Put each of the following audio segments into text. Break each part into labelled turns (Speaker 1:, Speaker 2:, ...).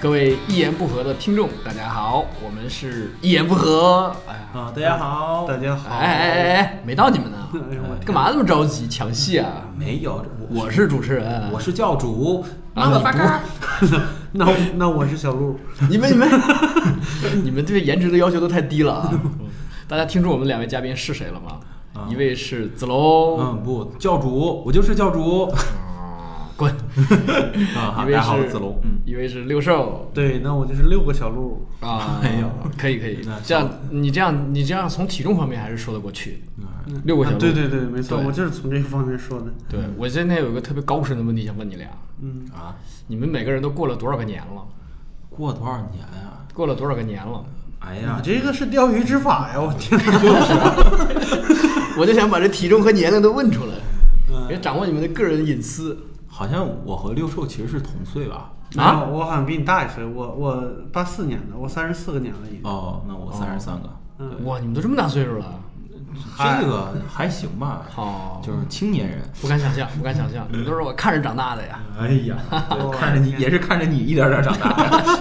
Speaker 1: 各位一言不合的听众，大家好，我们是一言不合。哎呀，
Speaker 2: 啊，大家好，
Speaker 3: 大家好，
Speaker 1: 哎哎哎哎，没到你们呢，
Speaker 2: 哎呦我
Speaker 1: 干嘛那么着急抢戏啊？
Speaker 2: 没有，我
Speaker 1: 我是主持人，
Speaker 2: 我是教主，
Speaker 1: 啊
Speaker 2: 妈妈发嘎，
Speaker 3: 那我 那我是小鹿，
Speaker 1: 你们你们你们对颜值的要求都太低了啊！大家听出我们两位嘉宾是谁了吗？一位是子龙，
Speaker 2: 嗯，不，教主，我就是教主，
Speaker 1: 滚；
Speaker 2: 啊，好
Speaker 1: 一位
Speaker 2: 大家好，
Speaker 1: 是
Speaker 2: 子龙，嗯，
Speaker 1: 一位是六兽。
Speaker 3: 对，那我就是六个小鹿，
Speaker 1: 啊，
Speaker 2: 哎呦
Speaker 1: 可以可以
Speaker 2: 那，
Speaker 1: 这样你这样你这样从体重方面还是说得过去，
Speaker 2: 嗯
Speaker 1: 六个小
Speaker 3: 啊
Speaker 1: 鹿。
Speaker 3: 对对对，没错，
Speaker 1: 对
Speaker 3: 我就是从这个方面说的，
Speaker 1: 对我现在有一个特别高深的问题想问你俩，
Speaker 3: 嗯，
Speaker 2: 啊，
Speaker 1: 你们每个人都过了多少个年了？
Speaker 2: 过多少年啊？
Speaker 1: 过了多少个年了？
Speaker 2: 哎呀
Speaker 3: 你，这个是钓鱼执法呀，我天，
Speaker 1: 我就想把这体重和年龄都问出来，
Speaker 3: 嗯
Speaker 1: 嗯也掌握你们的个人隐私
Speaker 2: 好像我和六兽其实是同岁吧？
Speaker 1: 啊！
Speaker 3: 我好像比你大一岁，我我八四年的，我三十四个年了已经，
Speaker 2: 哦，那我三十三个，
Speaker 3: 嗯，
Speaker 1: 哇，你们都这么大岁数了，
Speaker 2: 这个还行吧，
Speaker 1: 好
Speaker 2: 就是青年人。
Speaker 1: 不敢想象，不敢想象，你们都是我看着长大的呀。
Speaker 2: 哎呀， 看着你也是看着你一点点长大的，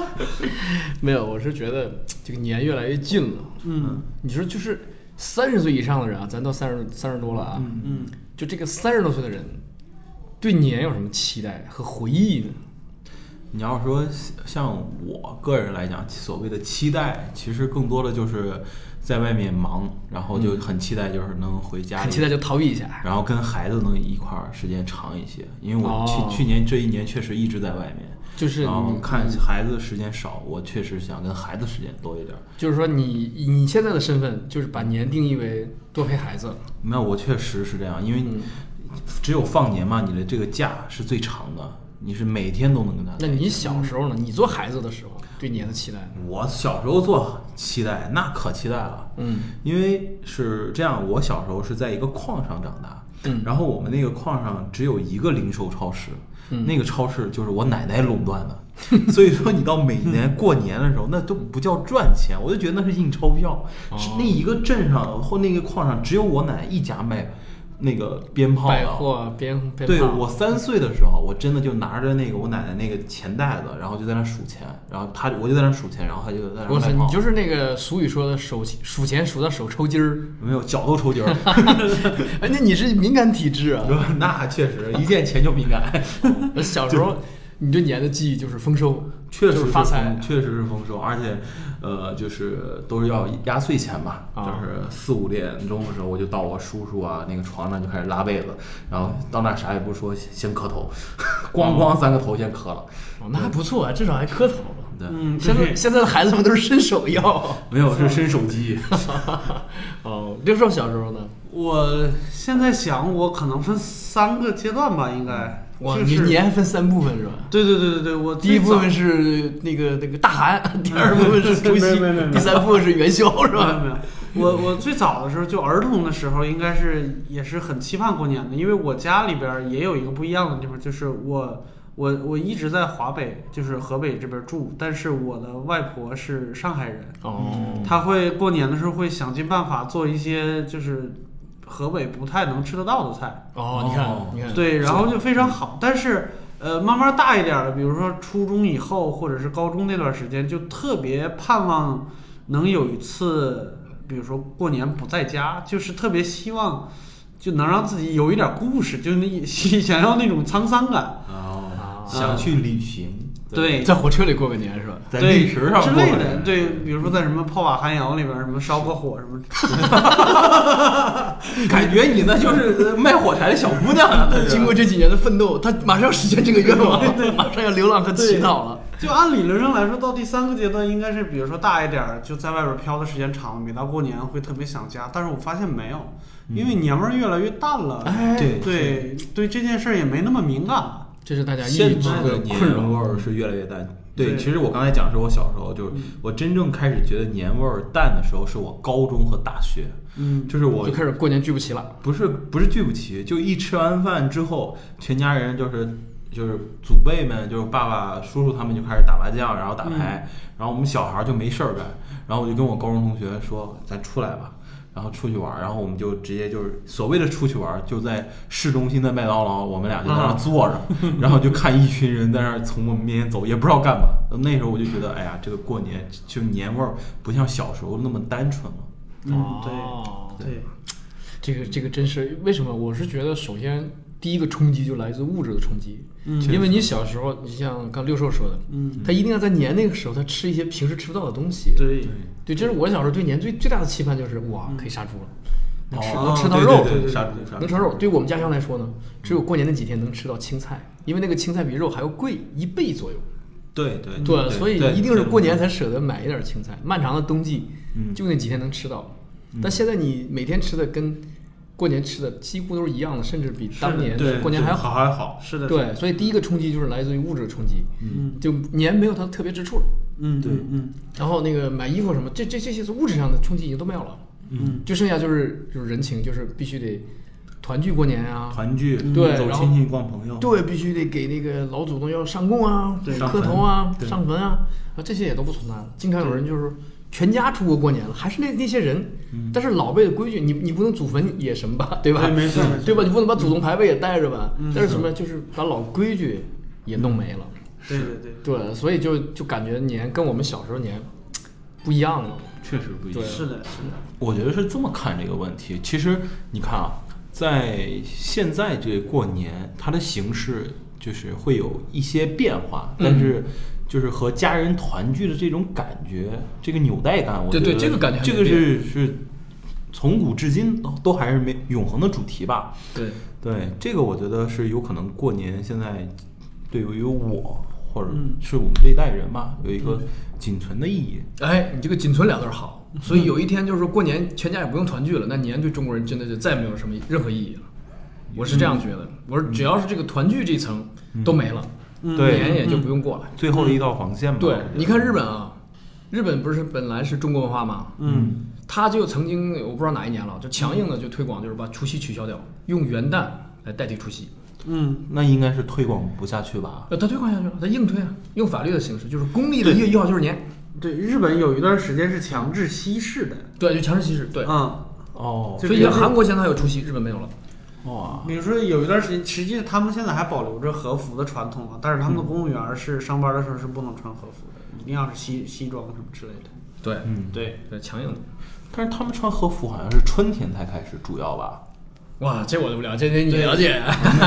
Speaker 1: 没有，我是觉得这个年越来越近了。嗯，你说就是三十岁以上的人啊，咱都三十三十多了啊，嗯，就这个三十多岁的人，对年有什么期待和回忆呢？
Speaker 2: 你要说像我个人来讲，所谓的期待，其实更多的就是在外面忙，然后就很期待就是能回家里，
Speaker 1: 嗯很期待就逃避一下。
Speaker 2: 然后跟孩子能一块儿时间长一些。因为我去、
Speaker 1: 哦
Speaker 2: 去年这一年确实一直在外面，
Speaker 1: 就是
Speaker 2: 然后
Speaker 1: 你
Speaker 2: 看孩子时间少，我确实想跟孩子时间多一点儿。
Speaker 1: 就是说你，你现在的身份就是把年定义为多陪孩子。
Speaker 2: 那我确实是这样，因为
Speaker 1: 嗯
Speaker 2: 你只有放年嘛，你的这个假是最长的，你是每天都能跟他。
Speaker 1: 那你小时候呢？你做孩子的时候对年的期待呢？
Speaker 2: 我小时候做期待，那可期待了。
Speaker 1: 嗯，
Speaker 2: 因为是这样，我小时候是在一个矿上长大，
Speaker 1: 嗯
Speaker 2: 然后我们那个矿上只有一个零售超市，
Speaker 1: 嗯
Speaker 2: 那个超市就是我奶奶垄断的。 所以说，你到每
Speaker 1: 嗯
Speaker 2: 年过年的时候，那都不叫赚钱，我就觉得那是印钞票。
Speaker 1: 哦
Speaker 2: 是那一个镇上或那个矿上，只有我奶奶一家卖那个鞭炮
Speaker 1: 百
Speaker 2: 的。
Speaker 1: 货边边
Speaker 2: 对
Speaker 1: 炮
Speaker 2: 我三岁的时候，我真的就拿着那个我奶奶那个钱袋子，然后就在那数钱，然后她我就在那数钱，然后她就在那
Speaker 1: 我操，
Speaker 2: 卖
Speaker 1: 你
Speaker 2: 炮，
Speaker 1: 就是那个俗语说的手数钱数到手抽筋 儿，
Speaker 2: 没有脚都抽筋儿，
Speaker 1: 而且你是敏感体质 啊。
Speaker 2: 那确实一见钱就敏感，
Speaker 1: 我小时候你对年的记忆就是丰收，
Speaker 2: 确实
Speaker 1: 就是是发财
Speaker 2: 丰，确实是丰收，而且呃就是都是要压岁钱嘛，
Speaker 1: 啊
Speaker 2: 就是四五点钟的时候，我就到我叔叔啊那个床上就开始拉被子，然后到那啥也不说，先先磕头， 咣咣三个头先磕了，
Speaker 1: 哦，那还不错啊，至少还磕头了。
Speaker 2: 对，
Speaker 3: 嗯，
Speaker 1: 现在
Speaker 3: 对，
Speaker 1: 现在的孩子们都是伸手要。
Speaker 2: 没有是伸 手机。
Speaker 1: 哦，六兽小时候呢？
Speaker 3: 我现在想，我可能分三个阶段吧，应该，
Speaker 1: 哇，
Speaker 3: 就
Speaker 1: 你
Speaker 3: 是
Speaker 1: 你还分三部分是吧？
Speaker 3: 对对对对对，我
Speaker 1: 第一
Speaker 3: 最
Speaker 1: 部
Speaker 3: 早
Speaker 1: 分是那个那个大寒，第二部分是除夕
Speaker 3: 没没没，没
Speaker 1: 第三部分是元宵，是
Speaker 3: 没有
Speaker 1: 吧？
Speaker 3: 没有，我我最早的时候就儿童的时候，应该是也是很期盼过年的，因为我家里边儿也有一个不一样的地方，就是我我我一直在华北，就是河北这边住，但是我的外婆是上海人，
Speaker 1: 哦，
Speaker 3: 她会过年的时候会想尽办法做一些就是河北不太能吃得到的菜，
Speaker 1: 哦，你看，
Speaker 2: 嗯
Speaker 1: 你看，
Speaker 3: 对，然后就非常好。但是，呃，慢慢大一点儿了，比如说初中以后，或者是高中那段时间，就特别盼望能有一次，比如说过年不在家，就是特别希望，就能让自己有一点故事，就那 想要那种沧桑感，
Speaker 1: 啊
Speaker 2: 哦，想去旅行，
Speaker 3: 对，
Speaker 1: 在火车里过个年是吧？
Speaker 2: 在
Speaker 3: 对
Speaker 2: 历史上
Speaker 3: 之
Speaker 2: 过嗯
Speaker 3: 类
Speaker 2: 来
Speaker 3: 的，对，比如说在什么炮瓦寒窑里边儿，什么烧个火什么，
Speaker 2: 感觉你 那就是卖火柴的小姑娘啊，那
Speaker 1: 经
Speaker 2: 是
Speaker 1: 过这几年的奋斗，他马上要实现这个愿望，马上要流浪和乞讨了。
Speaker 3: 就按理论上来说，到第三个阶段应该是，比如说大一点儿，就在外边儿飘的时间长了，每到过年会特别想家。但是我发现没有，因为年味儿越来越淡了，
Speaker 1: 哎
Speaker 2: 对
Speaker 3: 嗯对对，这件事儿也没那么敏感了。
Speaker 1: 这是大家一
Speaker 2: 现
Speaker 1: 直
Speaker 2: 在
Speaker 1: 的
Speaker 2: 的年
Speaker 1: 困扰。
Speaker 2: 味儿是越来越淡。对，
Speaker 3: 对嗯
Speaker 2: 其实我刚才讲是我小时候，就是我真正开始觉得年味儿淡的时候，是我高中和大学，
Speaker 3: 嗯，
Speaker 2: 就是我
Speaker 1: 就开始过年聚不齐了。
Speaker 2: 不是不是聚不齐，就一吃完饭之后，全家人就是就是祖辈们，就是爸爸、叔叔他们就开始打麻将，然后打
Speaker 1: 嗯
Speaker 2: 牌，然后我们小孩儿就没事儿干，然后我就跟我高中同学说，咱出来吧。然后出去玩儿，然后我们就直接就是所谓的出去玩儿，就在市中心的麦当劳，我们俩就在那儿坐着，
Speaker 1: 嗯
Speaker 2: 然后就看一群人在那儿从我们面前走，也不知道干嘛。那时候我就觉得，哎呀，这个过年就年味儿不像小时候那么单纯了。
Speaker 3: 嗯，对
Speaker 1: 哦
Speaker 3: 对，
Speaker 1: 这个这个真是为什么？我是觉得，首先第一个冲击就来自物质的冲击，
Speaker 3: 嗯
Speaker 1: 因为你小时候，你像刚六兽说的，
Speaker 3: 嗯，
Speaker 1: 他一定要在年那个时候，他吃一些平时吃不到的东西，
Speaker 3: 对
Speaker 1: 对，这是我小时候对年最最大的期盼，就是哇，可以杀猪了，能吃能
Speaker 2: 嗯哦
Speaker 1: 吃到
Speaker 2: 对
Speaker 1: 肉，
Speaker 2: 对对杀猪杀
Speaker 1: 能
Speaker 2: 猪
Speaker 1: 吃到肉。对我们家乡来说呢，只有过年那几天能吃到青菜，因为那个青菜比肉还要贵一倍左右。
Speaker 2: 对对
Speaker 1: 对，所以
Speaker 2: 嗯对
Speaker 1: 一定是
Speaker 2: 对
Speaker 1: 过年才舍得买一点青菜。漫长的冬季，
Speaker 2: 嗯
Speaker 1: 就那几天能吃到。但现在你每天吃的跟过年吃的几乎都是一样的，甚至比当年
Speaker 2: 对
Speaker 1: 过年还
Speaker 2: 对
Speaker 1: 要
Speaker 2: 好
Speaker 1: 好。
Speaker 2: 还好。
Speaker 3: 是的，
Speaker 1: 对，所以第一个冲击就是来自于物质的冲击，
Speaker 3: 嗯
Speaker 1: 就年没有它的特别之处了。
Speaker 3: 嗯，
Speaker 2: 对
Speaker 3: 嗯
Speaker 1: 然后那个买衣服什么，这这这些是物质上的冲击已经都没有了，
Speaker 3: 嗯
Speaker 1: 就剩下就是就是人情，就是必须得团聚过年啊，
Speaker 2: 团聚，
Speaker 1: 对
Speaker 2: 走
Speaker 1: 然后
Speaker 2: 亲戚逛朋友，
Speaker 1: 对，必须得给那个老祖宗要上供啊、
Speaker 3: 对
Speaker 1: 磕头啊、
Speaker 2: 上坟对
Speaker 1: 上坟啊，啊这些也都不存在了。经常有人就是全家出国过年了，还是那那些人，但是老辈的规矩，你你不能祖坟也什么吧，对吧？
Speaker 3: 对没错没错
Speaker 1: 对吧？你不能把祖宗牌位也带着吧？但是什么，就是把老规矩也弄没了。
Speaker 3: 对对对，
Speaker 1: 对，所以就就感觉年跟我们小时候年不一样了。
Speaker 2: 确实不一样
Speaker 1: 对。
Speaker 3: 是的，是的，
Speaker 2: 我觉得是这么看这个问题。其实你看啊，在现在这过年，它的形式就是会有一些变化，但是就是和家人团聚的这种感觉，这个纽带感，我觉
Speaker 1: 对对
Speaker 2: 得
Speaker 1: 这个感觉还
Speaker 2: 这
Speaker 1: 没
Speaker 2: 个是是从古至今都都还是没永恒的主题吧。
Speaker 1: 对，嗯
Speaker 2: 对，这个我觉得是有可能过年现在对于我或者
Speaker 3: 嗯
Speaker 2: 是我们这一代人吧，有一个
Speaker 1: 嗯
Speaker 2: 仅存的意义。
Speaker 1: 哎，你这个仅存两字儿好。所以有一天就是过年，全家也不用团聚了，那年对中国人真的就再没有什么任何意义了。我是这样觉得，我说只要是这个团聚这一层都没了，
Speaker 2: 对
Speaker 1: 年也就不用过了。
Speaker 3: 嗯
Speaker 2: 最后的一道防线吧。我
Speaker 1: 对
Speaker 2: 觉得，
Speaker 1: 你看日本啊，日本不是本来是中国文化吗？
Speaker 3: 嗯
Speaker 1: 他就曾经我不知道哪一年了，就强硬的就推广，就是把除夕取消掉，用元旦来代替除夕。
Speaker 3: 嗯
Speaker 2: 那应该是推广不下去吧？
Speaker 1: 呃，他推广下去了，他硬推啊，用法律的形式，就是公历的一月一号就是年，
Speaker 3: 对，日本有一段时间是强制西式的，
Speaker 1: 对，就强制歧视，对。
Speaker 3: 啊、
Speaker 2: 哦，
Speaker 1: 所以
Speaker 3: 就是
Speaker 1: 韩国现在有除夕，日本没有了。
Speaker 2: 哇，
Speaker 3: 比如说有一段时间，实际他们现在还保留着和服的传统啊，但是他们的公务员是上班的时候是不能穿和服的，一定要是西西装什么之类的。
Speaker 1: 对，
Speaker 2: 嗯，
Speaker 3: 对，
Speaker 1: 对，强硬的。
Speaker 2: 但是他们穿和服好像是春天才开始主 要吧？
Speaker 1: 哇，这我就不了解，这你了解？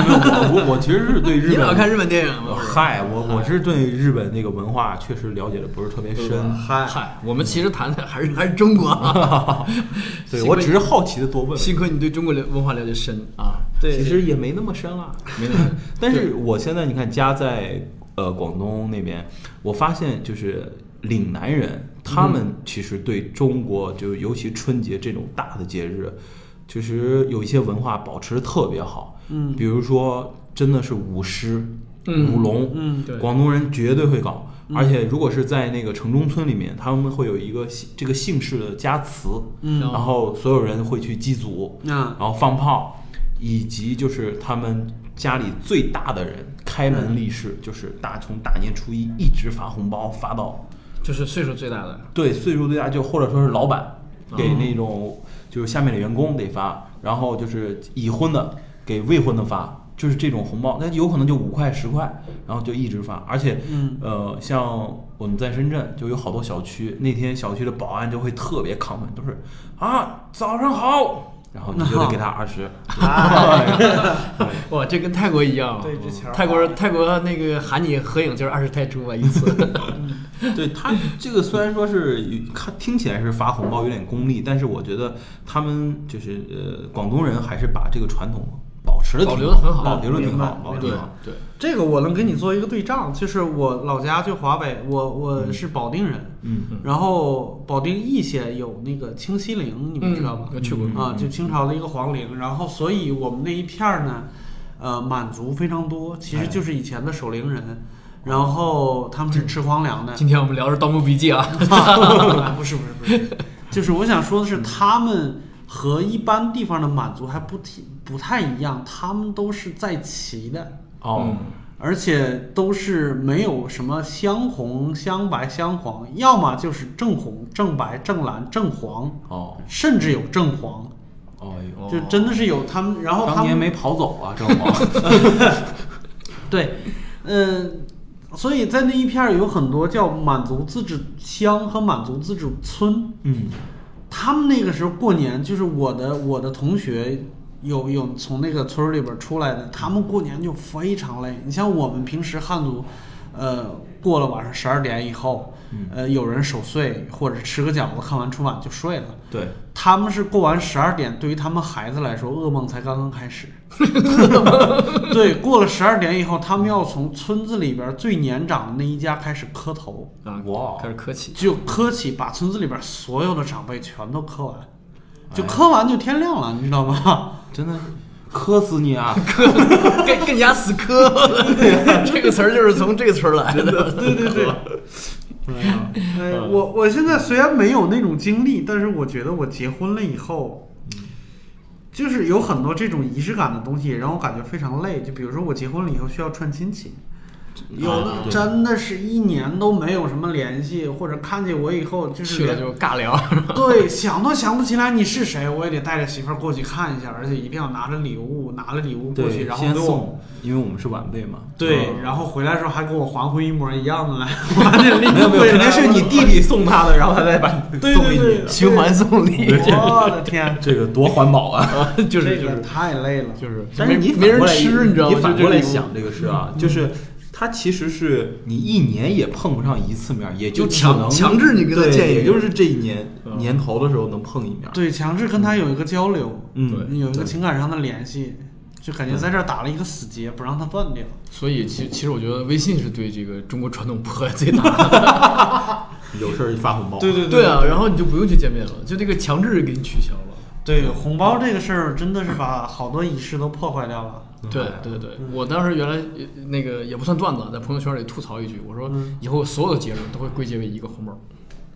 Speaker 2: 没有没有我我我其实是对日
Speaker 1: 你老
Speaker 2: 本，哦
Speaker 1: 看日本嗯电影吗？
Speaker 2: 嗨，我我是对日本那个文化确实了解的不是特别深，。
Speaker 3: 嗨，
Speaker 1: 嗨，我们其实谈的还是还是中国啊
Speaker 2: 对我只是好奇的多问问，
Speaker 1: 幸亏你对中国文化了解深啊，
Speaker 3: 对
Speaker 2: 其实也没那么深啊了。
Speaker 1: 没那么
Speaker 2: 但是我现在你看家在呃广东那边，我发现就是岭南人，他们其实对中国就尤其春节这种大的节日，其实有一些文化保持得特别好。
Speaker 3: 嗯
Speaker 2: 比如说真的是舞狮、
Speaker 1: 嗯
Speaker 2: 舞龙，
Speaker 3: 嗯
Speaker 1: 对
Speaker 2: 广东人绝对会搞。而且，如果是在那个城中村里面，他们会有一个姓这个姓氏的加词，
Speaker 3: 嗯
Speaker 2: 然后所有人会去祭祖，
Speaker 3: 那
Speaker 2: 然后放炮，以及就是他们家里最大的人开门立誓，就是大从大年初一一直发红包发到
Speaker 1: 就是岁数最大的，
Speaker 2: 对岁数最大就或者说是老板给那种就是下面的员工得发，然后就是已婚的给未婚的发。就是这种红包，那有可能就五块十块，然后就一直发，而且，
Speaker 3: 嗯
Speaker 2: 呃，像我们在深圳就有好多小区，那天小区的保安就会特别亢奋，都是啊早上好，然后你就得给他二十，
Speaker 1: 哇，这跟泰国一样啊。
Speaker 3: 对这钱儿
Speaker 1: 泰国泰国那个喊你合影就是二十泰铢啊一次。
Speaker 2: 对他这个虽然说是有看听起来是发红包有点功利，但是我觉得他们就是呃广东人还是把这个传统保持的
Speaker 1: 保留得很好
Speaker 2: 保留的挺好，
Speaker 3: 明白
Speaker 2: 保留
Speaker 1: 对
Speaker 2: 得挺好。
Speaker 1: 对，
Speaker 3: 这个我能跟你做一个对仗，就是我老家就华北，我我是保定人，
Speaker 2: 嗯，
Speaker 3: 然后保定易县有那个清西陵，你们知道吧？
Speaker 1: 嗯我去过
Speaker 3: 啊，就清朝的一个皇陵，然后所以我们那一片儿呢，呃，满族非常多，其实就是以前的守陵人，然后他们是吃皇粮的，
Speaker 1: 哎 今天我们聊的是《盗墓笔记》啊。
Speaker 3: 啊不是不是不是，就是我想说的是，他们和一般地方的满族还不挺不太一样，他们都是在骑的。
Speaker 2: 哦，
Speaker 3: 而且都是没有什么镶红、镶白、镶黄，要么就是正红、正白、正蓝、正黄，
Speaker 2: 哦
Speaker 3: 甚至有正黄，
Speaker 2: 哦，哎
Speaker 3: 就真的是有他们。然后
Speaker 2: 呦
Speaker 3: 他
Speaker 2: 当
Speaker 3: 们
Speaker 2: 年没跑走啊，正好。
Speaker 3: 对，嗯、所以在那一片儿有很多叫满族自治乡和满族自治村，
Speaker 2: 嗯，
Speaker 3: 他们那个时候过年，就是我的我的同学有有从那个村儿里边儿出来的，他们过年就非常累。你像我们平时汉族，呃，过了晚上十二点以后，呃，有人守岁或者吃个饺子，看完春晚就睡了。
Speaker 2: 对，
Speaker 3: 他们是过完十二点，对于他们孩子来说，噩梦才刚刚开始。对，过了十二点以后，他们要从村子里边儿最年长的那一家开始磕头，
Speaker 1: 啊，
Speaker 2: 哇
Speaker 1: 开始磕起，
Speaker 3: 就磕起，把村子里边儿所有的长辈全都磕完，
Speaker 2: 哎
Speaker 3: 就磕完就天亮了，你知道吗？
Speaker 2: 真的磕死你啊！
Speaker 1: 更更加死磕 了。这个词儿就是从这个词儿来的。对对对，
Speaker 2: 啊
Speaker 3: 哎，
Speaker 2: 嗯
Speaker 3: 我我现在虽然没有那种经历，但是我觉得我结婚了以后，
Speaker 2: 嗯
Speaker 3: 就是有很多这种仪式感的东西，也让我感觉非常累。就比如说我结婚了以后需要串亲戚，有
Speaker 2: 啊
Speaker 3: 的
Speaker 2: 对
Speaker 3: 真的是一年都没有什么联系，或者看见我以后就是
Speaker 1: 去了
Speaker 3: 连
Speaker 1: 就尬聊。
Speaker 3: 对，想都想不起来你是谁，我也得带着媳妇儿过去看一下，而且一定要拿着礼物，拿了礼物过去，
Speaker 2: 对，
Speaker 3: 然后
Speaker 2: 先
Speaker 3: 给我。
Speaker 2: 送，因为我们是晚辈嘛。嗯
Speaker 3: 对，然后回来的时候还给我还回一模一样 的来，我还得拎
Speaker 2: 没有没有，
Speaker 3: 回
Speaker 2: 肯定
Speaker 3: 来
Speaker 2: 是你 弟弟送他的，然后他再把你
Speaker 3: 对
Speaker 2: 送给
Speaker 3: 对对
Speaker 2: 你。
Speaker 1: 循环送礼，
Speaker 3: 我的 天，
Speaker 2: 这个多环保啊！
Speaker 1: 就
Speaker 3: 这个太累了，
Speaker 1: 就是，
Speaker 2: 但是你
Speaker 1: 没没人
Speaker 2: 反过来
Speaker 1: 吃，你知道吗？
Speaker 2: 你反
Speaker 1: 就
Speaker 2: 过来
Speaker 1: 这种
Speaker 2: 想这个事啊，就是它其实是你一年也碰不上一次面，也
Speaker 1: 就
Speaker 2: 只
Speaker 1: 强
Speaker 2: 能
Speaker 1: 强制你跟他嗯
Speaker 2: 对
Speaker 1: 见一
Speaker 2: 也
Speaker 1: 面
Speaker 2: 就是这一年年头的时候能碰一面。
Speaker 3: 对，强制跟他有一个交流，
Speaker 2: 嗯
Speaker 3: 有一个情感上的联系，就感觉在这儿打了一个死结，不让它断掉。
Speaker 1: 所以其其实我觉得微信是对这个中国传统迫害最大 的。
Speaker 2: 有事儿就发红包。
Speaker 3: 对
Speaker 1: 对啊，然后你就不用去见面了，就那个强制给你取消了。
Speaker 3: 对，红包这个事儿真的是把好多仪式都破坏掉了。
Speaker 1: 对对对，我当时原来呃那个也不算段子，在朋友圈里吐槽一句，我说以后所有的节日都会归结为一个红包，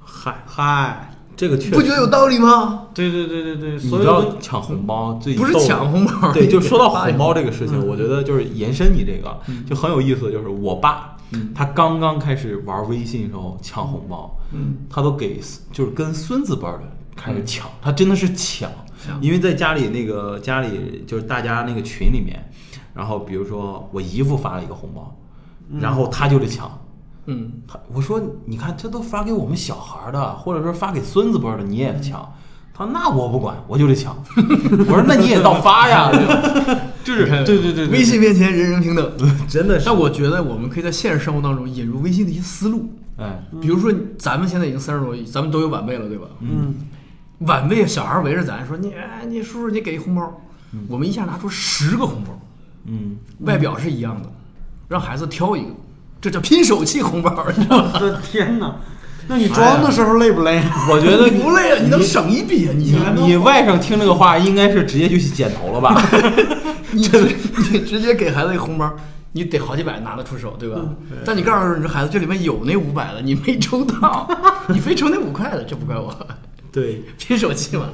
Speaker 2: 嗨，
Speaker 3: 嗨，
Speaker 2: 这个确
Speaker 1: 嗯不觉
Speaker 2: 实。
Speaker 1: 得有道理吗？
Speaker 3: 对对对对对，
Speaker 2: 你
Speaker 3: 所
Speaker 2: 知
Speaker 3: 有
Speaker 2: 道
Speaker 3: 的
Speaker 2: 抢红包最
Speaker 1: 不是
Speaker 2: 逗的
Speaker 1: 抢红包 嗯
Speaker 2: 对，就说到
Speaker 1: 发一
Speaker 2: 红
Speaker 1: 个
Speaker 2: 包这个事情，我觉得就是延伸你这个
Speaker 1: 嗯
Speaker 2: 就很有意思，就是我爸他刚刚开始玩微信的时候抢红包，
Speaker 1: 嗯
Speaker 2: 他都给就是跟孙子辈儿的开始抢，他真的是抢，因为在家里那个家里就是大家那个群里面，然后比如说我姨夫发了一个红包，然后他就得抢。
Speaker 1: 嗯，
Speaker 2: 他我说你看这都发给我们小孩儿的，或者说发给孙子辈儿的，你也抢。他说那我不管，我就得抢。 我说那你也倒发 呀，就是
Speaker 1: 看
Speaker 3: 对对对对
Speaker 1: 微信面前人人平等。
Speaker 2: 真的是
Speaker 1: 但我觉得我们可以在现实生活当中引入微信的一些思路，
Speaker 2: 哎，
Speaker 1: 比如说咱们现在已经三十多，咱们都有晚辈了，对吧？
Speaker 3: 嗯，
Speaker 1: 晚辈小孩围着咱说：“你哎你叔叔，你给一红包。”我们一下拿出十个红包，
Speaker 2: 嗯，
Speaker 1: 外表是一样的，让孩子挑一个，这叫拼手气红包，你知道
Speaker 3: 我
Speaker 1: 吗？
Speaker 3: 的天哪！那你装的时候累不累？
Speaker 2: 哎我觉得
Speaker 1: 你不累啊，你能省一笔啊，你
Speaker 2: 你你外甥听这个话，应该是直接就去剪头了吧？
Speaker 1: 你你直接给孩子一红包。你得好几百拿得出手，对吧？但你告诉你这孩子，这里面有那五百的，你没抽到，你非抽那五块的，这不怪我，
Speaker 2: 对，
Speaker 1: 拼手气嘛。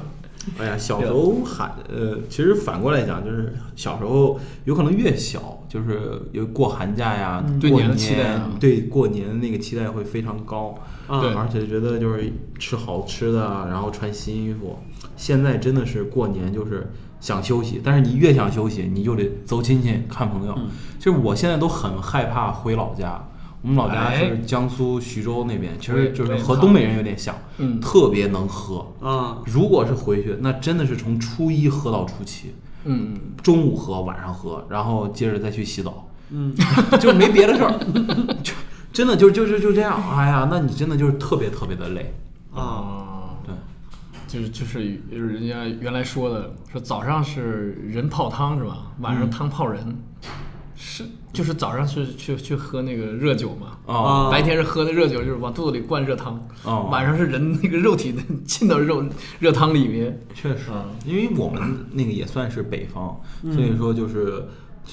Speaker 2: 哎呀，小时候喊呃，其实反过来讲，就是小时候有可能越小，就是有过寒假呀，
Speaker 1: 对
Speaker 2: 过
Speaker 1: 年的
Speaker 2: 年
Speaker 1: 期待啊啊
Speaker 2: 对过年的那个期待会非常高，啊
Speaker 3: 嗯
Speaker 1: 对
Speaker 2: 而且觉得就是吃好吃的，然后穿新衣服。现在真的是过年就是想休息，但是你越想休息，你就得走亲戚看
Speaker 1: 嗯
Speaker 2: 朋友。就是我现在都很害怕回老家。我们老家
Speaker 1: 哎
Speaker 2: 是江苏徐州那边，其
Speaker 1: 我也
Speaker 2: 实就
Speaker 1: 我
Speaker 2: 是
Speaker 1: 也
Speaker 2: 和
Speaker 1: 怕
Speaker 2: 东北人有点像，
Speaker 1: 嗯
Speaker 2: 特别能喝，
Speaker 3: 啊，
Speaker 2: 如果是回去，那真的是从初一喝到初七，
Speaker 1: 嗯，嗯
Speaker 2: 中午喝，晚上喝，然后接着再去洗澡，
Speaker 3: 嗯，
Speaker 2: 就没别的事儿， 就真的就就就就这样。哎呀，那你真的就是特别特别的累。
Speaker 3: 啊，
Speaker 1: 哦，
Speaker 2: 对，
Speaker 1: 就是就是人家原来说的，说早上是人泡汤是吧？晚上汤泡人，是就是早上是去去喝那个热酒嘛。
Speaker 2: 哦
Speaker 1: 白天是喝的热酒，就是往肚子里灌热汤。
Speaker 2: 哦
Speaker 1: 晚上是人那个肉体进到肉热汤里面。
Speaker 2: 确实，因为我们那个也算是北方，所以说就是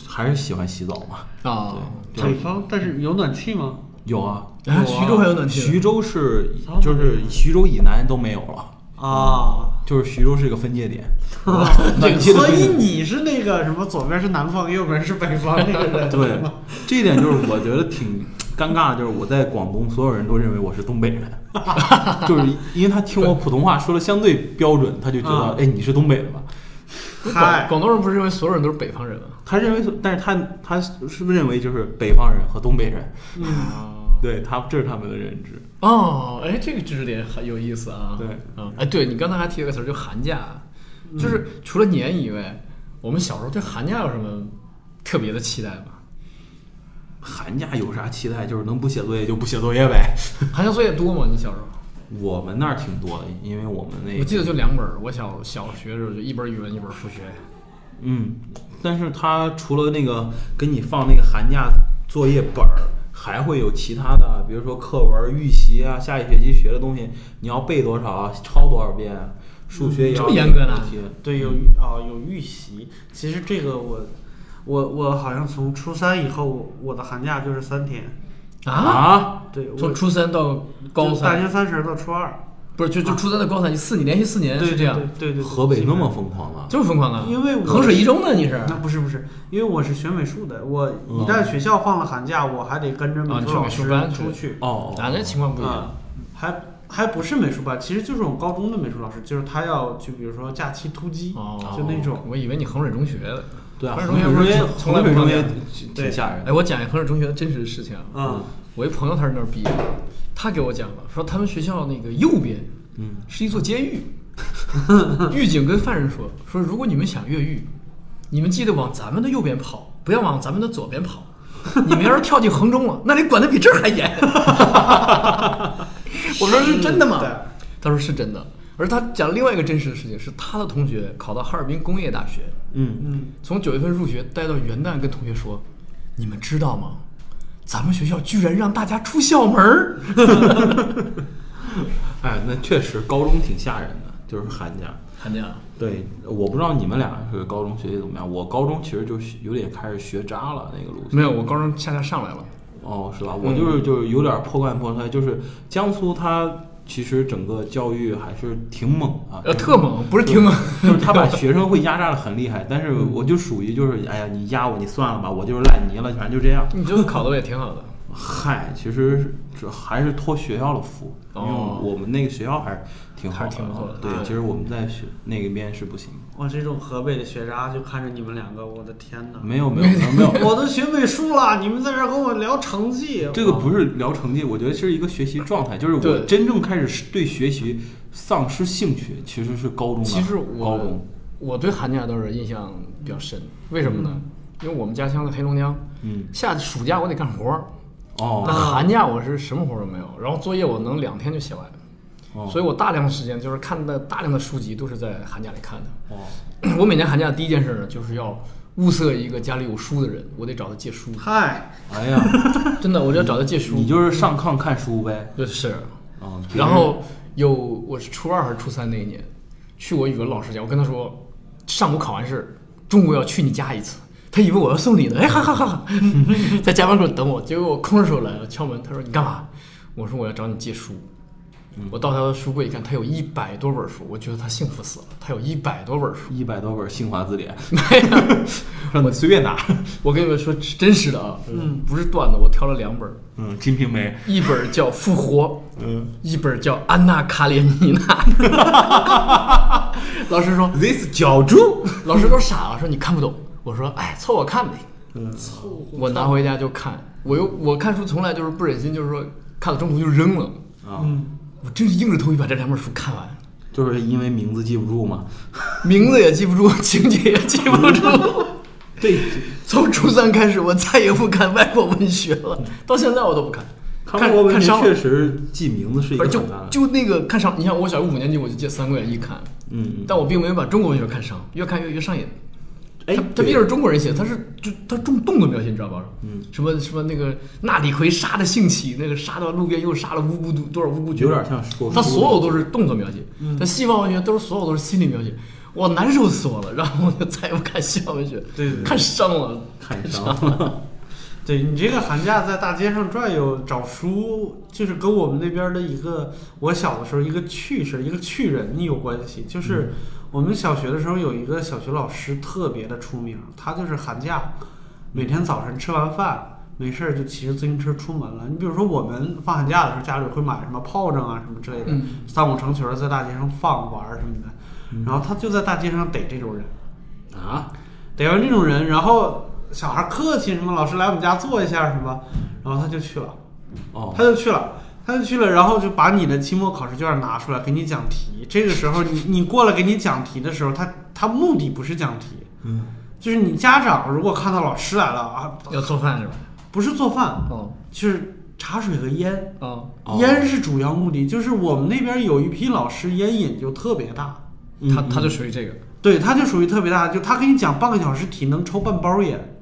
Speaker 2: 还是喜欢洗澡嘛。
Speaker 1: 啊，
Speaker 2: 对
Speaker 3: 北方，但是有暖气吗？
Speaker 2: 有啊，
Speaker 1: 哎，徐州还有暖气呢。
Speaker 2: 徐州是就是徐州以南都没有了。
Speaker 3: 啊。
Speaker 2: 就是徐州是一个分界点， 暖气的
Speaker 3: 所
Speaker 2: 分界
Speaker 3: 以
Speaker 2: 点
Speaker 3: 你是那个什么，左边是南方，右边是北方那个人，
Speaker 2: 对
Speaker 3: 吗？，
Speaker 2: 这一点就是我觉得挺尴尬，就是我在广东，所有人都认为我是东 北人，就是因为他听我普通话说的相对标准，他就觉得
Speaker 1: 嗯
Speaker 3: 啊，
Speaker 2: 哎，你是东北的吧？
Speaker 3: 嗨
Speaker 1: 广，广东人不是认为所有人都是北方人吗？
Speaker 2: 他认为，但是他他是不是认为就是北方人和东北人？
Speaker 3: 嗯
Speaker 2: 对他，这是他们的认知。
Speaker 1: 哦，哎，这个知识点很有意思啊。
Speaker 2: 对
Speaker 1: 嗯，哎，对你刚才还提了个词儿，就寒假，就是
Speaker 3: 嗯
Speaker 1: 除了年以外，我们小时候对寒假有什么特别的期待吗？
Speaker 2: 寒假有啥期待？就是能不写作业就不写作业呗。
Speaker 1: 寒假作业多吗？你小时候？
Speaker 2: 我们那儿挺多的，因为我们那
Speaker 1: 我
Speaker 2: 个
Speaker 1: 记得就两本儿，我小小学的时候就一本儿语文，一本儿数学。
Speaker 2: 嗯，但是他除了那个给你放那个寒假作业本儿，还会有其他的，比如说课文预习啊，下一学期学的东西你要背多少啊，抄多少遍啊，数学也
Speaker 1: 这
Speaker 2: 要
Speaker 1: 么严格呢
Speaker 2: 背题
Speaker 3: 对，有啊、有预习。其实这个我，我我好像从初三以后，我我的寒假就是三天。
Speaker 1: 啊？
Speaker 2: 啊，
Speaker 3: 对，我
Speaker 1: 从初三到高
Speaker 3: 就大
Speaker 1: 三，
Speaker 3: 年三十到初二，
Speaker 1: 不是就就初三到高三，你四年连续四年
Speaker 3: 对
Speaker 1: 是这样，
Speaker 3: 对对对，
Speaker 2: 河北那么疯狂吗？
Speaker 1: 这么疯狂啊？
Speaker 3: 因为我
Speaker 1: 衡水一中呢，你是
Speaker 3: 那不是不是，因为我是学美术的，我
Speaker 2: 嗯
Speaker 3: 一旦学校放了寒假，我还得跟着
Speaker 1: 啊你
Speaker 3: 美
Speaker 1: 去美
Speaker 3: 术老
Speaker 1: 术
Speaker 3: 师
Speaker 1: 班去
Speaker 3: 出去。
Speaker 2: 哦，
Speaker 1: 咱这情况不一样
Speaker 3: 啊。、还还不是美术班，其实就是我们高中的美术老师，就是他要就比如说假期突击，
Speaker 1: 哦，
Speaker 3: 就那种。
Speaker 1: 我以为你衡水中学的。
Speaker 2: 对啊，
Speaker 1: 衡水
Speaker 2: 衡水
Speaker 1: 中
Speaker 2: 中
Speaker 1: 学
Speaker 2: 学
Speaker 1: 不是从来
Speaker 2: 衡水
Speaker 1: 不
Speaker 2: 中
Speaker 1: 放假
Speaker 2: 学。挺挺吓人的
Speaker 1: 哎，。我讲一个衡水中学的真实事情啊。
Speaker 3: 嗯
Speaker 1: 我一朋友他是那儿毕业的，他给我讲了，说他们学校那个右边，
Speaker 2: 嗯，
Speaker 1: 是一座监狱。狱警跟犯人说，说如果你们想越狱，你们记得往咱们的右边跑，不要往咱们的左边跑。你们要是跳进衡中了，那里管得比这儿还 严。我说是真的吗
Speaker 3: 是的？
Speaker 1: 他说是真的。而他讲另外一个真实的事情，是他的同学考到哈尔滨工业大学，
Speaker 2: 嗯，
Speaker 3: 嗯，
Speaker 1: 从九月份入学待到元旦，跟同学说：“你们知道吗？咱们学校居然让大家出校门 儿。
Speaker 2: 哎，那确实高中挺吓人的，就是寒假。”
Speaker 1: 寒假
Speaker 2: 对，我不知道你们俩是高中学习怎么样。我高中其实就学有点开始学渣了那个路线。
Speaker 1: 没有，我高中恰恰上来了。
Speaker 2: 哦，是吧？我
Speaker 1: 嗯
Speaker 2: 就是就是有点破罐破摔，就是江苏它其实整个教育还是挺猛啊，
Speaker 1: 呃，
Speaker 2: 就是
Speaker 1: 特猛，不是 挺猛， 嗯
Speaker 2: 就是他把学生会压榨的很厉害，但是我就属于就是哎呀，你压我，你算了吧，我就是烂泥了，反正就这样。
Speaker 1: 你这考的也挺好的。
Speaker 2: 嗨，其实是这还是托学校的福，因为
Speaker 1: 哦
Speaker 2: 我们那个学校还是挺好
Speaker 1: 还是挺不错的
Speaker 2: 对
Speaker 1: 对，
Speaker 2: 其实我们在学那个边是不行的。
Speaker 3: 我这种河北的学渣就看着你们两个，我的天哪！
Speaker 2: 没有没有没 有没有，
Speaker 3: 我都学美术了，你们在这儿跟我聊成绩，
Speaker 2: 这个不是聊成绩，我觉得是一个学习状态，就是我
Speaker 1: 对
Speaker 2: 真正开始对学习丧失兴趣，其实是高中的。
Speaker 1: 其实
Speaker 2: 高
Speaker 1: 我
Speaker 2: 中，
Speaker 1: 我对寒假倒是印象比较深，为什么呢？因为我们家乡在黑龙江，
Speaker 2: 嗯，
Speaker 1: 下暑假我得干活儿，那
Speaker 2: 哦，
Speaker 1: 寒假我是什么活儿都没有，然后作业我能两天就写完，
Speaker 2: 哦
Speaker 1: 所以我大量的时间就是看的大量的书籍都是在寒假里看的。
Speaker 2: 哦，
Speaker 1: 我每年寒假第一件事呢，就是要物色一个家里有书的人，我得找他借书。
Speaker 3: 嗨，
Speaker 2: 哎呀，
Speaker 1: 真的，我就要找他借书。
Speaker 2: 你就是上炕看书呗，
Speaker 1: 就是，
Speaker 2: 啊，别人
Speaker 1: 然后有我是初二还是初三那一年，去我语文老师家，我跟他说，上午考完试，中午要去你家一次。他以为我要送礼呢，哎哈哈哈 哈，在家门口等我，结果我空着手来了，敲门，他说你干嘛？我说我要找你借书。
Speaker 2: 嗯
Speaker 1: 我到他的书柜一看，他有一百多本书，我觉得他幸福死了，他有一百多本书。
Speaker 2: 一百多本《新华字典
Speaker 1: 没有，》，
Speaker 2: 让你随便拿，
Speaker 1: 我跟你们说是真实的啊，嗯，不是段子，我挑了两 本儿，
Speaker 2: 嗯，《金瓶梅》，
Speaker 1: 一本儿叫《复活》，
Speaker 2: 嗯
Speaker 1: 一本儿叫《安娜·卡列尼娜》。 老师说，
Speaker 2: ，This 角柱，
Speaker 1: 老师都傻了，说你看不懂。我说，哎，凑合看呗。
Speaker 2: 嗯
Speaker 1: 我拿回家就看，我又我看书从来就是不忍心，就是说看到中途就扔了。
Speaker 2: 啊，
Speaker 1: 我真是硬着头皮把这两本书看完，
Speaker 2: 就是因为名字记不住嘛，
Speaker 1: 名字也记不住，情节也记不 住。
Speaker 2: 对，
Speaker 1: 从初三开始，我再也不看外国文学了，到现在我都不看。
Speaker 2: 看过文
Speaker 1: 看
Speaker 2: 学
Speaker 1: 伤了
Speaker 2: 确实记名字是一
Speaker 1: 不
Speaker 2: 个
Speaker 1: 是就
Speaker 2: 很大的，
Speaker 1: 就那个看上，你像我小学五年级我就借《三国演义》看，
Speaker 2: 嗯，
Speaker 1: 但我并没有把中国文学看上，越看越越上瘾。
Speaker 2: 哎
Speaker 1: 他，他
Speaker 2: 对
Speaker 1: 毕竟是中国人写，他是就他重动作描写，你知道吧？嗯，什么什么那个纳里奎杀的兴起，那个杀到路边又杀了无辜多多少无辜
Speaker 2: 有点像说书嗯
Speaker 1: 他所有都是动作描写，他西方文学都是所有都是心理描写，我难受死我了，然后我就再也不看西方文学，
Speaker 3: 对对对
Speaker 1: 看伤了，
Speaker 2: 看伤了。
Speaker 3: 对你这个寒假在大街上转悠找书，就是跟我们那边的一个我小的时候一个趣事，一个趣人有关系。就是我们小学的时候有一个小学老师特别的出名，他就是寒假每天早晨吃完饭没事儿就骑着自行车出门了。你比如说我们放寒假的时候，家里会买什么炮仗啊什么之类的，三五成群儿在大街上放玩儿什么的，然后他就在大街上逮这种人。
Speaker 1: 啊，
Speaker 3: 逮完这种人，然后小孩客气什么，老师来我们家坐一下什么，然后他就去了，
Speaker 2: 哦
Speaker 3: 他，就去了，他就去了，然后就把你的期末考试卷拿出来给你讲题。这个时候你你过来给你讲题的时候，他他目的不是讲题，
Speaker 2: 嗯，
Speaker 3: 就是你家长如果看到老师来了啊，
Speaker 1: 要做饭是吧？
Speaker 3: 不是做饭，
Speaker 1: 哦
Speaker 3: 就是茶水和烟，
Speaker 1: 哦，
Speaker 2: 哦
Speaker 3: 烟是主要目的。就是我们那边有一批老师烟瘾就特别大，
Speaker 2: 嗯
Speaker 1: 他他就属于这个。
Speaker 3: 对他就属于特别大，就他给你讲半个小时题能抽半包烟。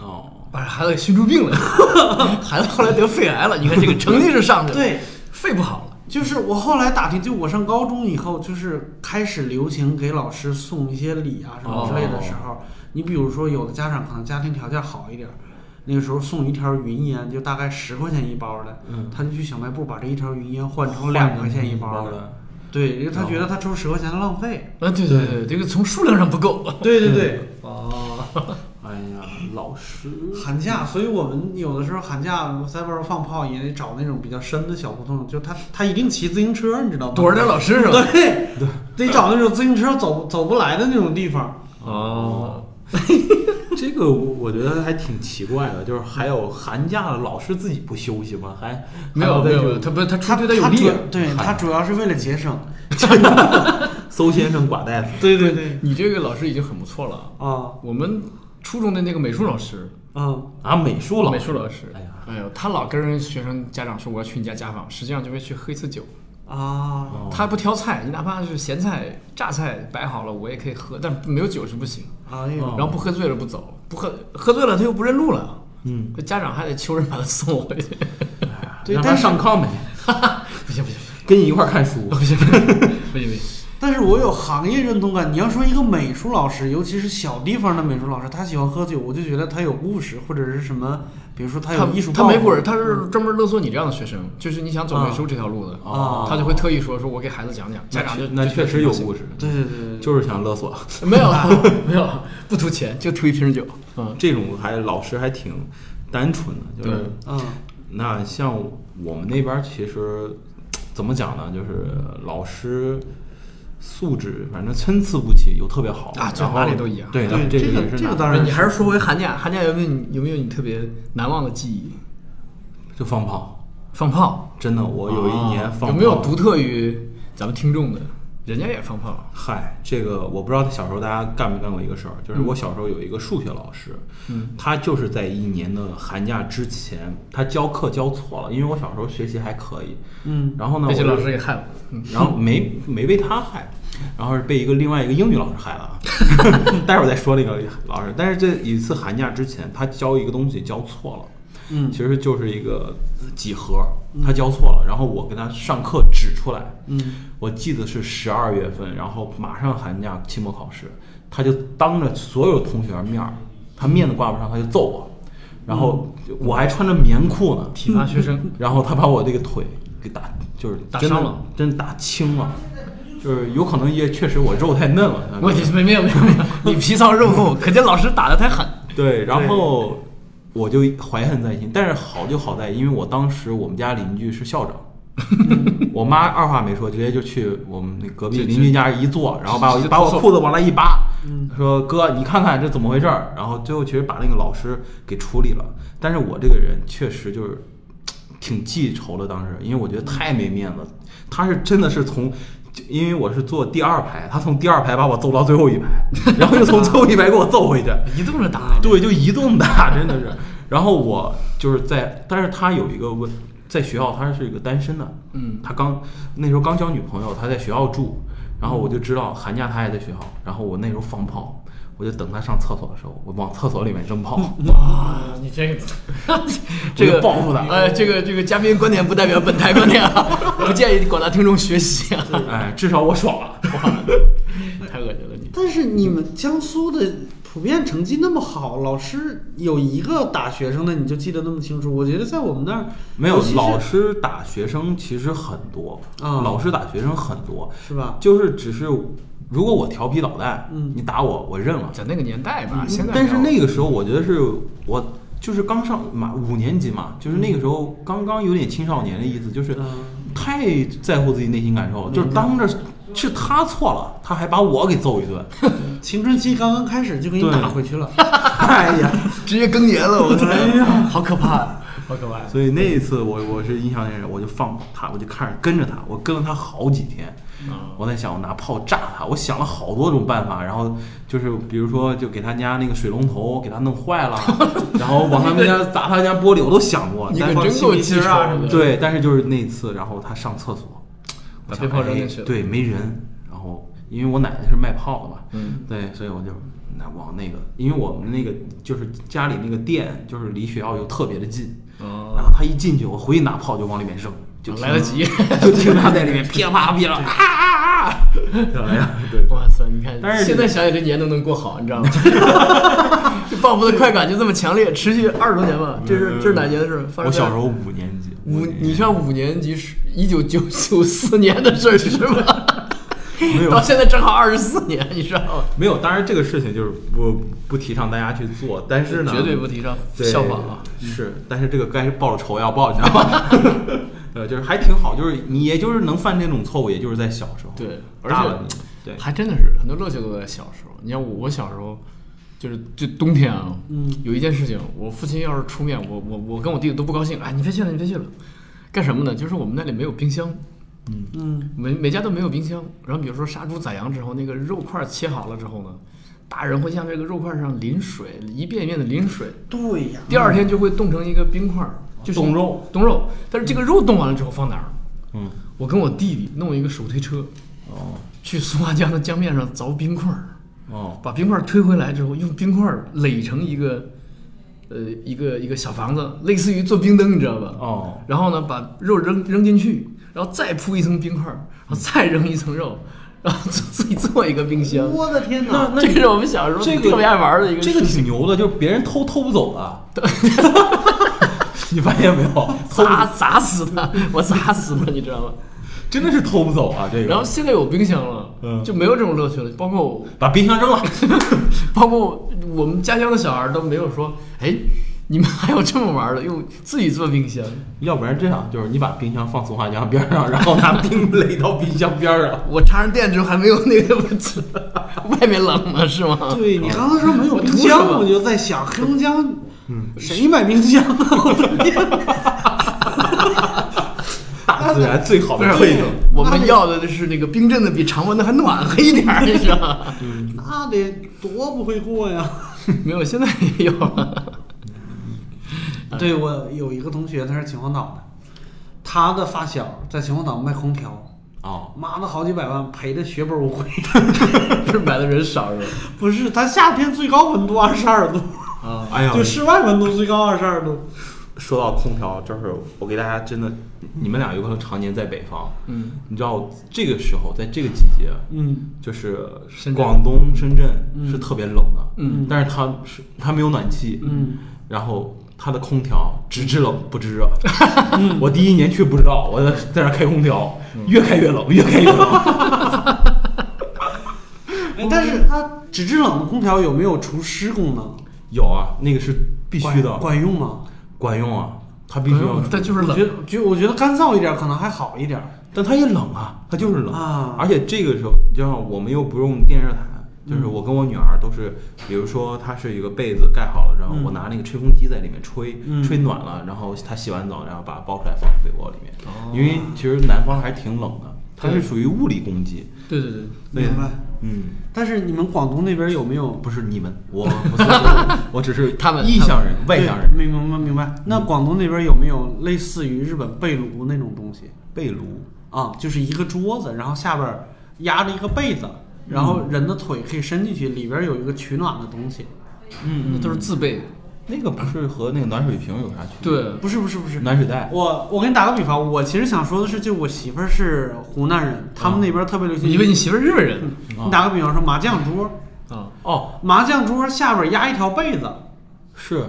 Speaker 2: 哦，
Speaker 1: 哎，孩子给熏出病来了， 孩子后来得肺癌了。你看这个成绩是上去了，
Speaker 3: 对，
Speaker 1: 肺不好了。
Speaker 3: 就是我后来打听，就我上高中以后，就是开始流行给老师送一些礼啊什么之类的时候，你比如说有的家长可能家庭条件好一点儿，那个时候送一条云烟就大概十块钱一包的，
Speaker 2: 嗯
Speaker 3: 他就去小卖部把这一条云烟换成两块钱一包
Speaker 2: 换成一包
Speaker 3: 的哦
Speaker 2: 的，
Speaker 3: 对，因为他觉得他抽十块钱浪费。
Speaker 1: 啊，对对对，这个从数量上不够。啊
Speaker 3: 对对对，
Speaker 1: 哦，
Speaker 2: 哎呀，老师，
Speaker 3: 寒假，所以我们有的时候寒假在外边放炮也得找那种比较深的小胡同，就他他一定骑自行车，你知道吗？
Speaker 1: 躲着点老师是吧？
Speaker 3: 对，得找那种自行车走走不来的那种地方。
Speaker 1: 哦，
Speaker 2: 这个我我觉得还挺奇怪的，就是还有寒假了，老师自己不休息吗？还
Speaker 1: 没有没
Speaker 2: 还
Speaker 1: 有
Speaker 2: 要
Speaker 1: 没有，
Speaker 2: 在
Speaker 1: 他不他出
Speaker 3: 他
Speaker 1: 对他有
Speaker 3: 他
Speaker 1: 利
Speaker 3: 主
Speaker 1: 啊。
Speaker 3: 对他主要是为了节省。
Speaker 2: 这搜先生寡大夫，
Speaker 3: 对对对，
Speaker 1: 你这个老师已经很不错了啊。
Speaker 3: 啊
Speaker 1: 我们初中的那个美术老师，
Speaker 3: 啊
Speaker 2: 啊，美术老
Speaker 1: 美术老师，
Speaker 2: 哎呀，
Speaker 1: 哎呦，他老跟人学生家长说我要去你家家访，实际上就会去喝一次酒。
Speaker 3: 啊！
Speaker 2: 哦
Speaker 1: 他不挑菜，你哪怕是咸菜、榨菜摆好了，我也可以喝，但没有酒是不行。
Speaker 3: 哎呦，
Speaker 1: 然后不喝醉了不走，不喝喝醉了他又不认路了，
Speaker 2: 嗯，哎
Speaker 1: 这家长还得求人把他送回去。
Speaker 3: 对
Speaker 2: 让他
Speaker 3: 但是
Speaker 2: 上炕呗，
Speaker 1: 不行不行
Speaker 2: 跟你一块儿看书
Speaker 1: 不，行不行 不行不行不行！
Speaker 3: 但是我有行业认同感。你要说一个美术老师，尤其是小地方的美术老师，他喜欢喝酒，我就觉得他有故事，或者是什么，比如说他有艺术
Speaker 1: 他
Speaker 3: 抱
Speaker 1: 没
Speaker 3: 负
Speaker 1: 准儿他
Speaker 2: 嗯
Speaker 1: 是专门勒索你这样的学生，就是你想走美术这条路的，
Speaker 2: 哦
Speaker 1: 他就会特意说说我给孩子讲讲，家长就
Speaker 2: 那确实有故
Speaker 1: 事。
Speaker 2: 事，
Speaker 3: 对对对对，
Speaker 2: 就是想勒索。
Speaker 1: 没 有没有，不图钱，就图一瓶酒。嗯，
Speaker 2: 这种还老师还挺单纯的，就是
Speaker 1: 对
Speaker 3: 嗯
Speaker 2: 那像我们那边儿其实怎么讲呢，就是老师素质反正参差不齐，有特别好的
Speaker 1: 啊这
Speaker 2: 然后
Speaker 1: 哪里都一样
Speaker 2: 对，
Speaker 3: 对
Speaker 2: 这
Speaker 3: 这个
Speaker 2: 也是
Speaker 3: 这个
Speaker 2: 难
Speaker 3: 当然
Speaker 1: 你还是说回寒假，寒假有没有你有没有你特别难忘的记忆？
Speaker 2: 就放炮，
Speaker 1: 放炮，
Speaker 2: 真的，我有一年放炮
Speaker 1: 啊有没有独特于咱们听众的？人家也放炮，
Speaker 2: 嗨，这个我不知道小时候大家干没干过一个事儿，就是
Speaker 1: 嗯
Speaker 2: 我小时候有一个数学老师，嗯，他就是在一年的寒假之前，他教课教错了，因为我小时候学习还可以，
Speaker 3: 嗯，
Speaker 2: 然后呢，
Speaker 1: 被这
Speaker 2: 我就
Speaker 1: 老师给害了。嗯，
Speaker 2: 然后没没被他害，然后是被一个另外一个英语老师害 了啊。待会儿再说那个老师，但是这一次寒假之前，他教一个东西教错了，
Speaker 3: 嗯
Speaker 2: 其实就是一个几何，他教错了，然后我跟他上课指出来，
Speaker 3: 嗯，
Speaker 2: 我记得是十二月份，然后马上寒假期末考试，他就当着所有同学面儿，他面子挂不上，他就揍我，然后我还穿着棉裤呢，
Speaker 1: 体罚学生，
Speaker 2: 然后他把我这个腿给打，就是
Speaker 1: 打
Speaker 2: 真的
Speaker 1: 伤了，
Speaker 2: 真打青了，就是有可能也确实我肉太嫩了。
Speaker 1: 我 没没有没有没有，你皮糙肉厚，可见老师打的太狠。
Speaker 2: 对，然后我就怀恨在心，但是好就好在，因为我当时我们家邻居是 校长。我妈二话没说，直接就去我们那隔壁邻居家一坐，然后把我
Speaker 1: 就嗯
Speaker 2: 把我
Speaker 1: 坐
Speaker 2: 裤子往那一扒，说哥，你看看这怎么回事儿。然后最后其实把那个老师给处理了，但是我这个人确实就是挺记仇的，当时因为我觉得太没面子了，他是真的是从。就因为我是坐第二排，他从第二排把我揍到最后一排，然后又从最后一排给我揍回去，
Speaker 1: 移动着打，
Speaker 2: 对，就移动打，真的是。然后我就是在，但是他有一个问，在学校他是一个单身的，
Speaker 1: 嗯
Speaker 2: 他刚那时候刚交女朋友，他在学校住，然后我就知道寒假他也在学校，然后我那时候放炮，我就等他上厕所的时候，我往厕所里面扔炮，
Speaker 3: 嗯
Speaker 1: 啊，你这个 这
Speaker 2: 我
Speaker 1: 个
Speaker 2: 就报复他
Speaker 1: 呃，这个这个嘉宾观点不代表本台观点啊， 不建议广大听众学习啊，
Speaker 2: 哎，至少我爽了。
Speaker 1: 太恶心了你。
Speaker 3: 但是你们江苏的普遍成绩那么好，老师有一个打学生的你就记得那么清楚。我觉得在我们那儿
Speaker 2: 没有
Speaker 3: 尤其是
Speaker 2: 老师打学生其实很多，
Speaker 3: 啊
Speaker 2: 老师打学生很多，
Speaker 3: 是吧？
Speaker 2: 就是只是如果我调皮捣蛋，
Speaker 3: 嗯
Speaker 2: 你打我，我认了。
Speaker 1: 在那个年代吧，啊现在
Speaker 2: 嗯但是
Speaker 1: 没有
Speaker 2: 那个时候，我觉得是我就是刚上嘛五年级嘛，就是那个时候刚刚有点青少年的意思，就是
Speaker 3: 嗯
Speaker 2: 太在乎自己内心感受，就是当着是他错了，他还把我给揍 一顿。
Speaker 3: 青春期刚刚开始就给你
Speaker 2: 对
Speaker 3: 打回 去了，
Speaker 2: 哎呀，
Speaker 1: 直接更年了，我操
Speaker 2: 哎呀，
Speaker 1: 好可怕，啊 好可怕！
Speaker 2: 所以那一次我我是印象那人，我就放他，我就看着跟着他，我跟了他好几天。
Speaker 1: 嗯
Speaker 2: 我在想，我拿炮炸他，我想了好多种办法，然后就是比如说，就给他家那个水龙头给他弄 坏了，然后往他们家砸他家玻璃，我都想过。
Speaker 1: 你
Speaker 2: 但
Speaker 1: 可
Speaker 2: 是
Speaker 1: 真够记仇
Speaker 3: 啊什
Speaker 1: 的，，
Speaker 2: 对，但是就是那一次，然后他上厕所，我
Speaker 1: 把
Speaker 2: 想
Speaker 1: 鞭炮
Speaker 2: 哎
Speaker 1: 扔进去了
Speaker 2: 对，没人。然后因为我奶奶是卖炮的嘛，
Speaker 1: 嗯，
Speaker 2: 对，所以我就那往那个，因为我们那个就是家里那个店，就是离学校又特别的近，
Speaker 1: 哦
Speaker 2: 然后他一进去，我回去拿炮就往里面扔，就听
Speaker 1: 来得及
Speaker 2: 就听他在里面噼啪噼啪啊 啊啊，怎么样？对。
Speaker 1: 哇塞，你看，
Speaker 2: 但是
Speaker 1: 现在想想这年能能过好，你知道 吗？这报复的快感就这么强烈，持续二十多年吧，这是这是哪年的事儿？发生
Speaker 2: 嗯我
Speaker 1: 在
Speaker 2: 小时候五年级，
Speaker 1: 五，
Speaker 2: 年
Speaker 1: 你上五年级是一九九九四年的事儿是吧？
Speaker 2: 没有
Speaker 1: 到现在正好二十四年，你知道吗？
Speaker 2: 没有？当然，这个事情就是我不提倡大家去做，但是呢，
Speaker 1: 绝对不提倡
Speaker 2: 对
Speaker 1: 效仿啊！
Speaker 2: 是，但是这个该是报了仇 要报，你知道吗？呃，就是还挺好，就是你也就是能犯这种错误，也就是在小时候。
Speaker 1: 对，而
Speaker 2: 大了
Speaker 1: 且
Speaker 2: 你对，
Speaker 1: 还真的是很多乐趣都在小时候。你像我，我小时候就是就冬天啊，
Speaker 3: 嗯
Speaker 1: 有一件事情，我父亲要是出面，我我我跟我弟弟都不高兴，哎，你别去了，你别去了，干什么呢？就是我们那里没有冰箱，
Speaker 3: 嗯，
Speaker 1: 每每家都没有冰箱。然后比如说杀猪宰羊之后，那个肉块切好了之后呢，大人会向这个肉块上淋水，一遍一遍的淋水，
Speaker 3: 对呀，
Speaker 1: 第二天就会冻成一个冰块
Speaker 2: 嗯
Speaker 1: 儿，就是
Speaker 2: 冻肉，
Speaker 1: 冻肉。但是这个肉冻完了之后放哪儿？
Speaker 2: 嗯，
Speaker 1: 我跟我弟弟弄一个手推车，
Speaker 2: 哦
Speaker 1: 去松花江的江面上凿冰块儿，
Speaker 2: 哦，
Speaker 1: 把冰块儿推回来之后，用冰块儿垒成一个，呃，一个一个小房子，类似于做冰灯，你知道吧？
Speaker 2: 哦
Speaker 1: 然后呢，把肉扔扔进去，然后再铺一层冰块儿，然后再扔一层肉，然后自自己做一个冰箱。
Speaker 3: 我的天哪！
Speaker 1: 这是我们小时候
Speaker 2: 这个
Speaker 1: 特别爱玩的一个
Speaker 2: 这个挺牛的，就是别人偷偷不走的。 你发现 没有？偷不
Speaker 1: 砸砸死他，我砸死他，你知道吗？
Speaker 2: 真的是偷不走啊！这个，
Speaker 1: 然后现在有冰箱了，
Speaker 2: 嗯
Speaker 1: 就没有这种乐趣了。包括我
Speaker 2: 把冰箱扔了。
Speaker 1: 包括我们家乡的小孩儿都没有说，哎，你们还有这么玩儿的，用自己做冰箱。
Speaker 2: 要不然这样，就是你把冰箱放松花江边上，然后拿冰 垒到冰箱边上。
Speaker 1: 我插上电之后还没有那个外面冷吗？是吗？
Speaker 3: 对你刚才说没有
Speaker 1: 我
Speaker 3: 冰
Speaker 1: 图什
Speaker 3: 箱，
Speaker 1: 么
Speaker 3: 我就在想黑龙江，
Speaker 2: 嗯
Speaker 3: 谁买冰箱啊？ 我的天！
Speaker 2: 大自然最好
Speaker 1: 不
Speaker 2: 的
Speaker 1: 是
Speaker 2: 馈赠。
Speaker 1: 我们要的是那个冰镇的比常温的还暖和一点儿，你知道吗？
Speaker 3: 那得多不会过呀！
Speaker 1: 没有，现在也有了。
Speaker 2: 哎
Speaker 3: 对我有一个同学，他是秦皇岛的，他的发小在秦皇岛卖空调，
Speaker 2: 哦，
Speaker 3: 妈的好几百万，赔的血本无归。
Speaker 1: 是买的人少是吧？
Speaker 3: 不是，他夏天最高温度二十二度，
Speaker 1: 啊，
Speaker 2: 哎呀，
Speaker 3: 就室外温度最高二十二度。
Speaker 2: 说到空调，就是我给大家真的，你们俩有可能常年在北方，
Speaker 1: 嗯，
Speaker 2: 你知道这个时候，在这个季节，
Speaker 3: 嗯，
Speaker 2: 就是
Speaker 1: 深圳
Speaker 2: 广东深圳是特别冷的，
Speaker 1: 嗯，
Speaker 2: 但是它是它没有暖气，
Speaker 3: 嗯，
Speaker 2: 然后它的空调只知冷不知热， 我第一年去不知道，我在在那开空调，越开越冷，越开越冷，
Speaker 3: 哎但是它只制冷的空调有没有除湿功能？
Speaker 2: 有啊，那个是必须的
Speaker 3: 管，管用吗？
Speaker 2: 管用啊，它必须要，
Speaker 1: 但就是
Speaker 3: 我觉
Speaker 1: 冷。
Speaker 3: 得，觉我觉得干燥一点可能还好一点。
Speaker 2: 但它也冷啊，它就是冷
Speaker 3: 啊
Speaker 2: 而且这个时候，就像我们又不用电热毯，就是我跟我女儿都是，比如说她是一个被子盖好了，然后我拿那个吹风机在里面吹，
Speaker 3: 嗯
Speaker 2: 吹暖了，然后她洗完澡，然后把它包出来放被窝里面。因为其实南方还挺冷的，它是属于物理攻击。
Speaker 1: 对对对，
Speaker 2: 对
Speaker 3: 明白。
Speaker 2: 嗯，
Speaker 3: 但是你们广东那边有没有
Speaker 2: 不是你们， 我不是我我只是
Speaker 1: 他们
Speaker 2: 异乡人、外乡人。
Speaker 3: 对明明白明白。那广东那边有没有类似于日本被炉那种东西
Speaker 2: 被炉
Speaker 3: 啊？就是一个桌子，然后下边儿压着一个被子，然后人的腿可以伸进去，里边有一个取暖的东西。嗯
Speaker 1: 那都是自备的。
Speaker 2: 那个不是和那个暖水瓶有啥区别？
Speaker 1: 对，
Speaker 3: 不是不是不是，
Speaker 2: 暖水袋。
Speaker 3: 我我给你打个比方，我其实想说的是，就我媳妇儿是湖南人，他们那边特别流行。
Speaker 2: 嗯
Speaker 1: 因为你媳妇儿日本人，
Speaker 3: 你打个比方说麻将桌，
Speaker 1: 啊，
Speaker 2: 哦，
Speaker 3: 麻将桌下边压一条被子，
Speaker 2: 是，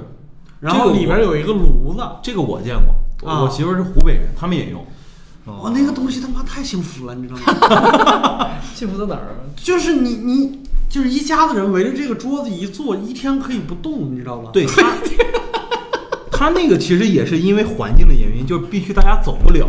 Speaker 3: 然后里边有一个炉子。
Speaker 2: 这个我见过，我
Speaker 3: 啊
Speaker 2: 我媳妇儿是湖北人，他们也用。
Speaker 1: 啊
Speaker 3: 我、那个东西他妈太幸福了，你知道吗？
Speaker 1: 幸福在哪儿啊？
Speaker 3: 就是你你就是一家子人围着这个桌子一坐，一天可以不动，你知道吧？，
Speaker 2: 对他，他那个其实也是因为环境的原因，就是必须大家走不了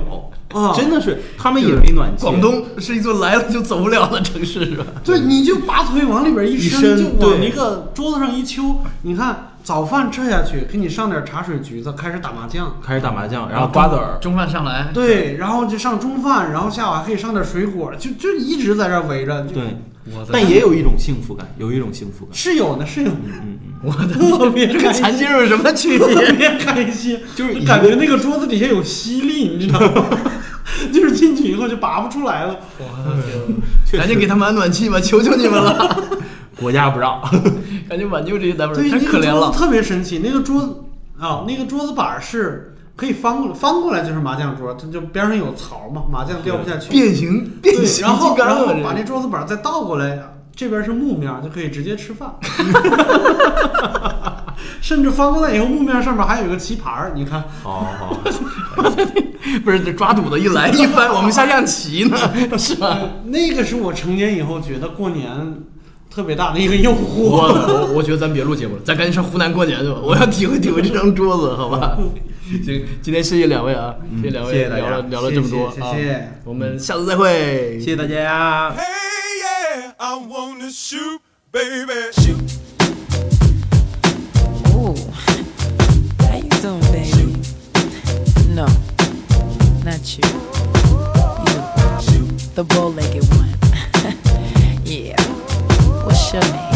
Speaker 3: 啊
Speaker 2: 真的是他们也没暖气。
Speaker 1: 广东是一座来了就走不了的城市，是吧？
Speaker 3: 对，你就拔腿往里边一
Speaker 2: 一
Speaker 3: 伸，
Speaker 2: 伸
Speaker 3: 就往
Speaker 2: 对
Speaker 3: 那个桌子上一揪。你看早饭吃下去，给你上点茶水橘子，开始打麻将。
Speaker 2: 开始打麻将，然后瓜子儿，
Speaker 1: 中饭上来，
Speaker 3: 对，然后就上中饭，然后下午还可以上点水果，就就一直在这儿围着。就
Speaker 2: 对，
Speaker 1: 我的
Speaker 2: 但也有一种幸福感，有一种幸福感。
Speaker 3: 是有呢，是有。
Speaker 2: 嗯嗯，
Speaker 1: 我
Speaker 3: 特别
Speaker 1: 跟
Speaker 3: 开
Speaker 1: 残
Speaker 3: 心，
Speaker 1: 疾人有什么区别？
Speaker 3: 特别 开心，
Speaker 2: 就是已经
Speaker 3: 感觉那个桌子底下有吸力，你知道吗？ 就是进去以后就拔不出来了。
Speaker 1: 嗯
Speaker 2: 确
Speaker 1: 赶
Speaker 2: 实
Speaker 1: 紧给他们安暖气吧，求求你们了！
Speaker 2: 国家不让。
Speaker 1: 赶紧挽救这些单位，
Speaker 3: 对，
Speaker 1: 太
Speaker 3: 那
Speaker 1: 可
Speaker 3: 个
Speaker 1: 怜
Speaker 3: 桌
Speaker 1: 了
Speaker 3: 子。特别神奇，那个桌子啊，那个桌子板儿是可以翻过来，翻过来就是麻将桌，它就边上有槽嘛，麻将掉不下去。
Speaker 1: 变形变
Speaker 3: 对，
Speaker 1: 形
Speaker 3: 然后
Speaker 1: 金刚
Speaker 3: 然
Speaker 1: 啊
Speaker 3: 后
Speaker 1: 这
Speaker 3: 把那桌子板儿再倒过来，这边是木面儿，就可以直接 吃饭。 甚至翻过来以后，木面上面还有一个棋盘儿，你看，
Speaker 2: 好好好，
Speaker 1: 不是这抓赌的一来一翻，我们下象棋呢，是吧？
Speaker 3: 呃那个是我成年以后觉得过年特别大的一个诱
Speaker 1: 我
Speaker 3: 惑。
Speaker 1: 我我觉得咱别录节目了，咱赶紧上湖南过年去吧！我要体会体会这张桌子，好吧？行，今天谢谢两位啊，谢谢两位
Speaker 2: 谢谢大家
Speaker 1: 聊了聊了这么多
Speaker 3: 谢谢
Speaker 1: 啊
Speaker 3: 谢谢，
Speaker 1: 我们下次再会，
Speaker 2: 谢谢大家。
Speaker 4: Hey, yeah, I wanna shoot, baby. Shoot,
Speaker 5: Ooh, how you doing, baby? No, not you. You, the bow-legged one. yeah. What's your name?